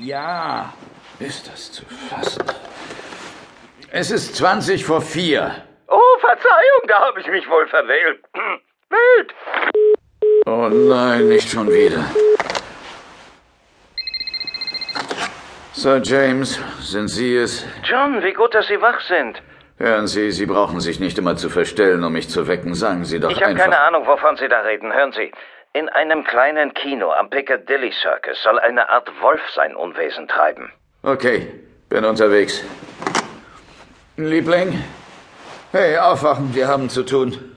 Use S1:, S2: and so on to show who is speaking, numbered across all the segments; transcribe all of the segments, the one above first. S1: Ja, ist das zu fassen. Es ist 20 vor vier.
S2: Oh, Verzeihung, da habe ich mich wohl verwählt. Wild.
S1: Oh nein, nicht schon wieder. Sir James, sind Sie es?
S2: John, wie gut, dass Sie wach sind.
S1: Hören Sie, Sie brauchen sich nicht immer zu verstellen, um mich zu wecken. Sagen Sie doch
S2: Ich habe
S1: einfach.
S2: keine Ahnung, wovon Sie da reden. Hören Sie. In einem kleinen Kino am Piccadilly Circus soll eine Art Wolf sein Unwesen treiben.
S1: Okay, bin unterwegs. Liebling? Hey, aufwachen, wir haben zu tun.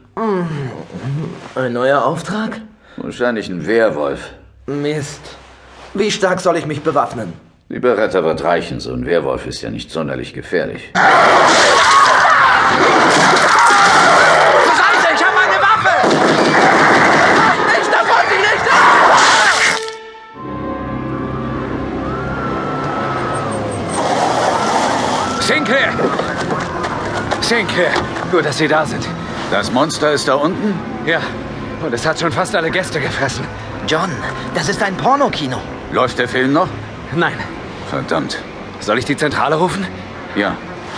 S3: Ein neuer Auftrag?
S1: Wahrscheinlich ein Werwolf.
S3: Mist. Wie stark soll ich mich bewaffnen?
S1: Die Beretta wird reichen, so ein Werwolf ist ja nicht sonderlich gefährlich.
S3: Scheiße, ich habe eine Waffe! Nein, nicht, das wollte ich nicht!
S4: Sinclair! Sinclair, gut, dass Sie da sind.
S1: Das Monster ist da unten?
S4: Ja, und es hat schon fast alle Gäste gefressen.
S3: John, das ist ein Pornokino.
S1: Läuft der Film noch?
S4: Nein.
S1: Verdammt.
S4: Soll ich die Zentrale rufen?
S1: Ja.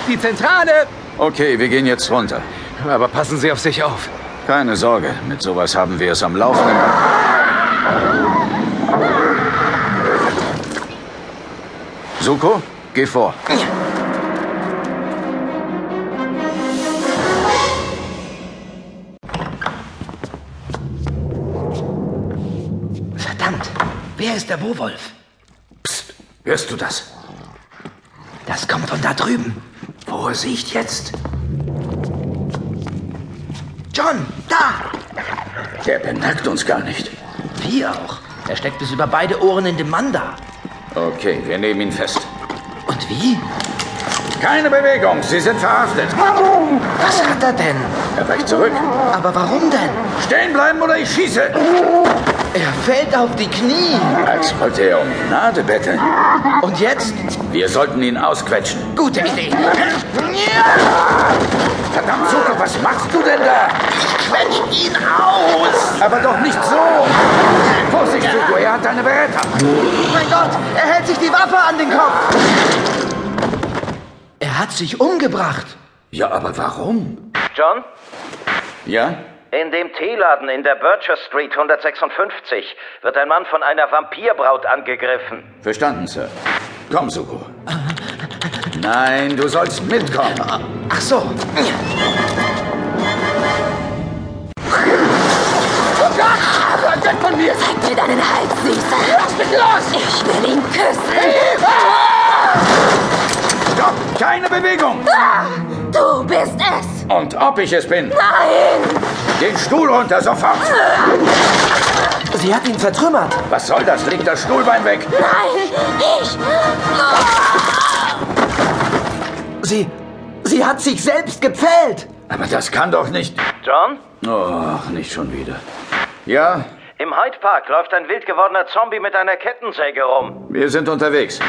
S4: Die Zentrale!
S1: Okay, wir gehen jetzt runter.
S4: Aber passen Sie auf sich auf.
S1: Keine Sorge, mit sowas haben wir es am Laufen. Suko, geh vor.
S3: Verdammt, wer ist der Bowolf?
S1: Psst, hörst du das?
S3: Das kommt von da drüben. Vorsicht jetzt! John, da!
S1: Der bemerkt uns gar nicht.
S3: Wie auch. Er steckt bis über beide Ohren in dem Mann da.
S1: Okay, wir nehmen ihn fest.
S3: Und wie?
S1: Keine Bewegung, Sie sind verhaftet.
S3: Was hat er denn?
S1: Er weicht zurück.
S3: Aber warum denn?
S1: Stehen bleiben oder ich schieße.
S3: Er fällt auf die Knie.
S1: Als wollte er um Gnade betteln.
S3: Und jetzt?
S1: Wir sollten ihn ausquetschen.
S3: Gute Idee.
S1: Verdammt, Suko, was machst du denn da?
S3: Quetsch ihn aus!
S1: Aber doch nicht so. Vorsicht, Suko, er hat eine Beretta.
S3: Mein Gott, er hält sich die Waffe an den Kopf! Er hat sich umgebracht.
S1: Ja, aber warum?
S2: John,
S1: Ja?
S2: in dem Teeladen in der Bircher Street 156 wird ein Mann von einer Vampirbraut angegriffen.
S1: Verstanden, Sir. Komm, Suko. Nein, du sollst mitkommen.
S3: Ach so.
S5: Zeig mir deinen Hals, Süßer. Lass mich los! Ich will ihn küssen.
S1: Stopp, keine Bewegung.
S5: Du bist es.
S1: Und ob ich es bin,
S5: Nein.
S1: den Stuhl runter sofort.
S3: Sie hat ihn zertrümmert.
S1: Was soll das? Leg das Stuhlbein weg.
S5: Nein. Ich.
S3: Sie. Sie hat sich selbst gepfählt.
S1: Aber das kann doch nicht.
S2: John,
S1: Och, nicht schon wieder. Ja,
S2: im Hyde Park läuft ein wild gewordener Zombie mit einer Kettensäge rum.
S1: wir sind unterwegs.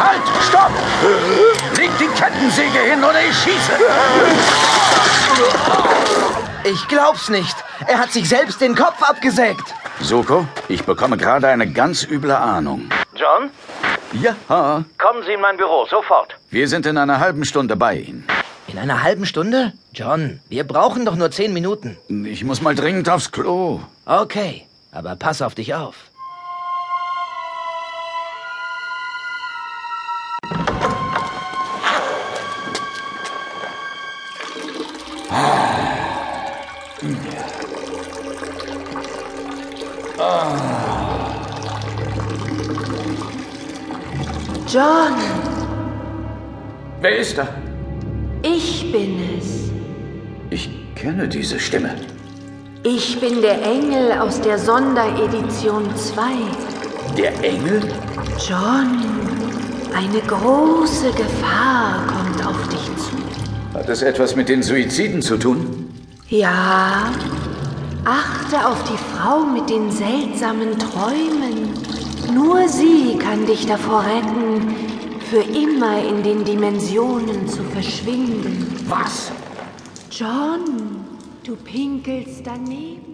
S1: Halt, stopp! Leg die Kettensäge hin oder ich schieße.
S3: Ich glaub's nicht. Er hat sich selbst den Kopf abgesägt.
S1: Suko, ich bekomme gerade eine ganz üble Ahnung.
S2: John,
S1: Ja,
S2: kommen Sie in mein Büro, sofort.
S1: wir sind in einer halben Stunde bei Ihnen.
S3: In einer halben Stunde? John, wir brauchen doch nur zehn Minuten.
S1: Ich muss mal dringend aufs Klo.
S3: Okay, aber pass auf dich auf.
S5: John,
S1: Wer ist da?
S5: ich bin es.
S1: Ich kenne diese Stimme.
S5: Ich bin der Engel aus der Sonderedition 2.
S1: Der Engel?
S5: John, eine große Gefahr kommt auf dich zu.
S1: Hat das etwas mit den Suiziden zu tun?
S5: Ja, achte auf die Frau mit den seltsamen Träumen. Nur sie kann dich davor retten, für immer in den Dimensionen zu verschwinden.
S1: Was?
S5: John, du pinkelst daneben.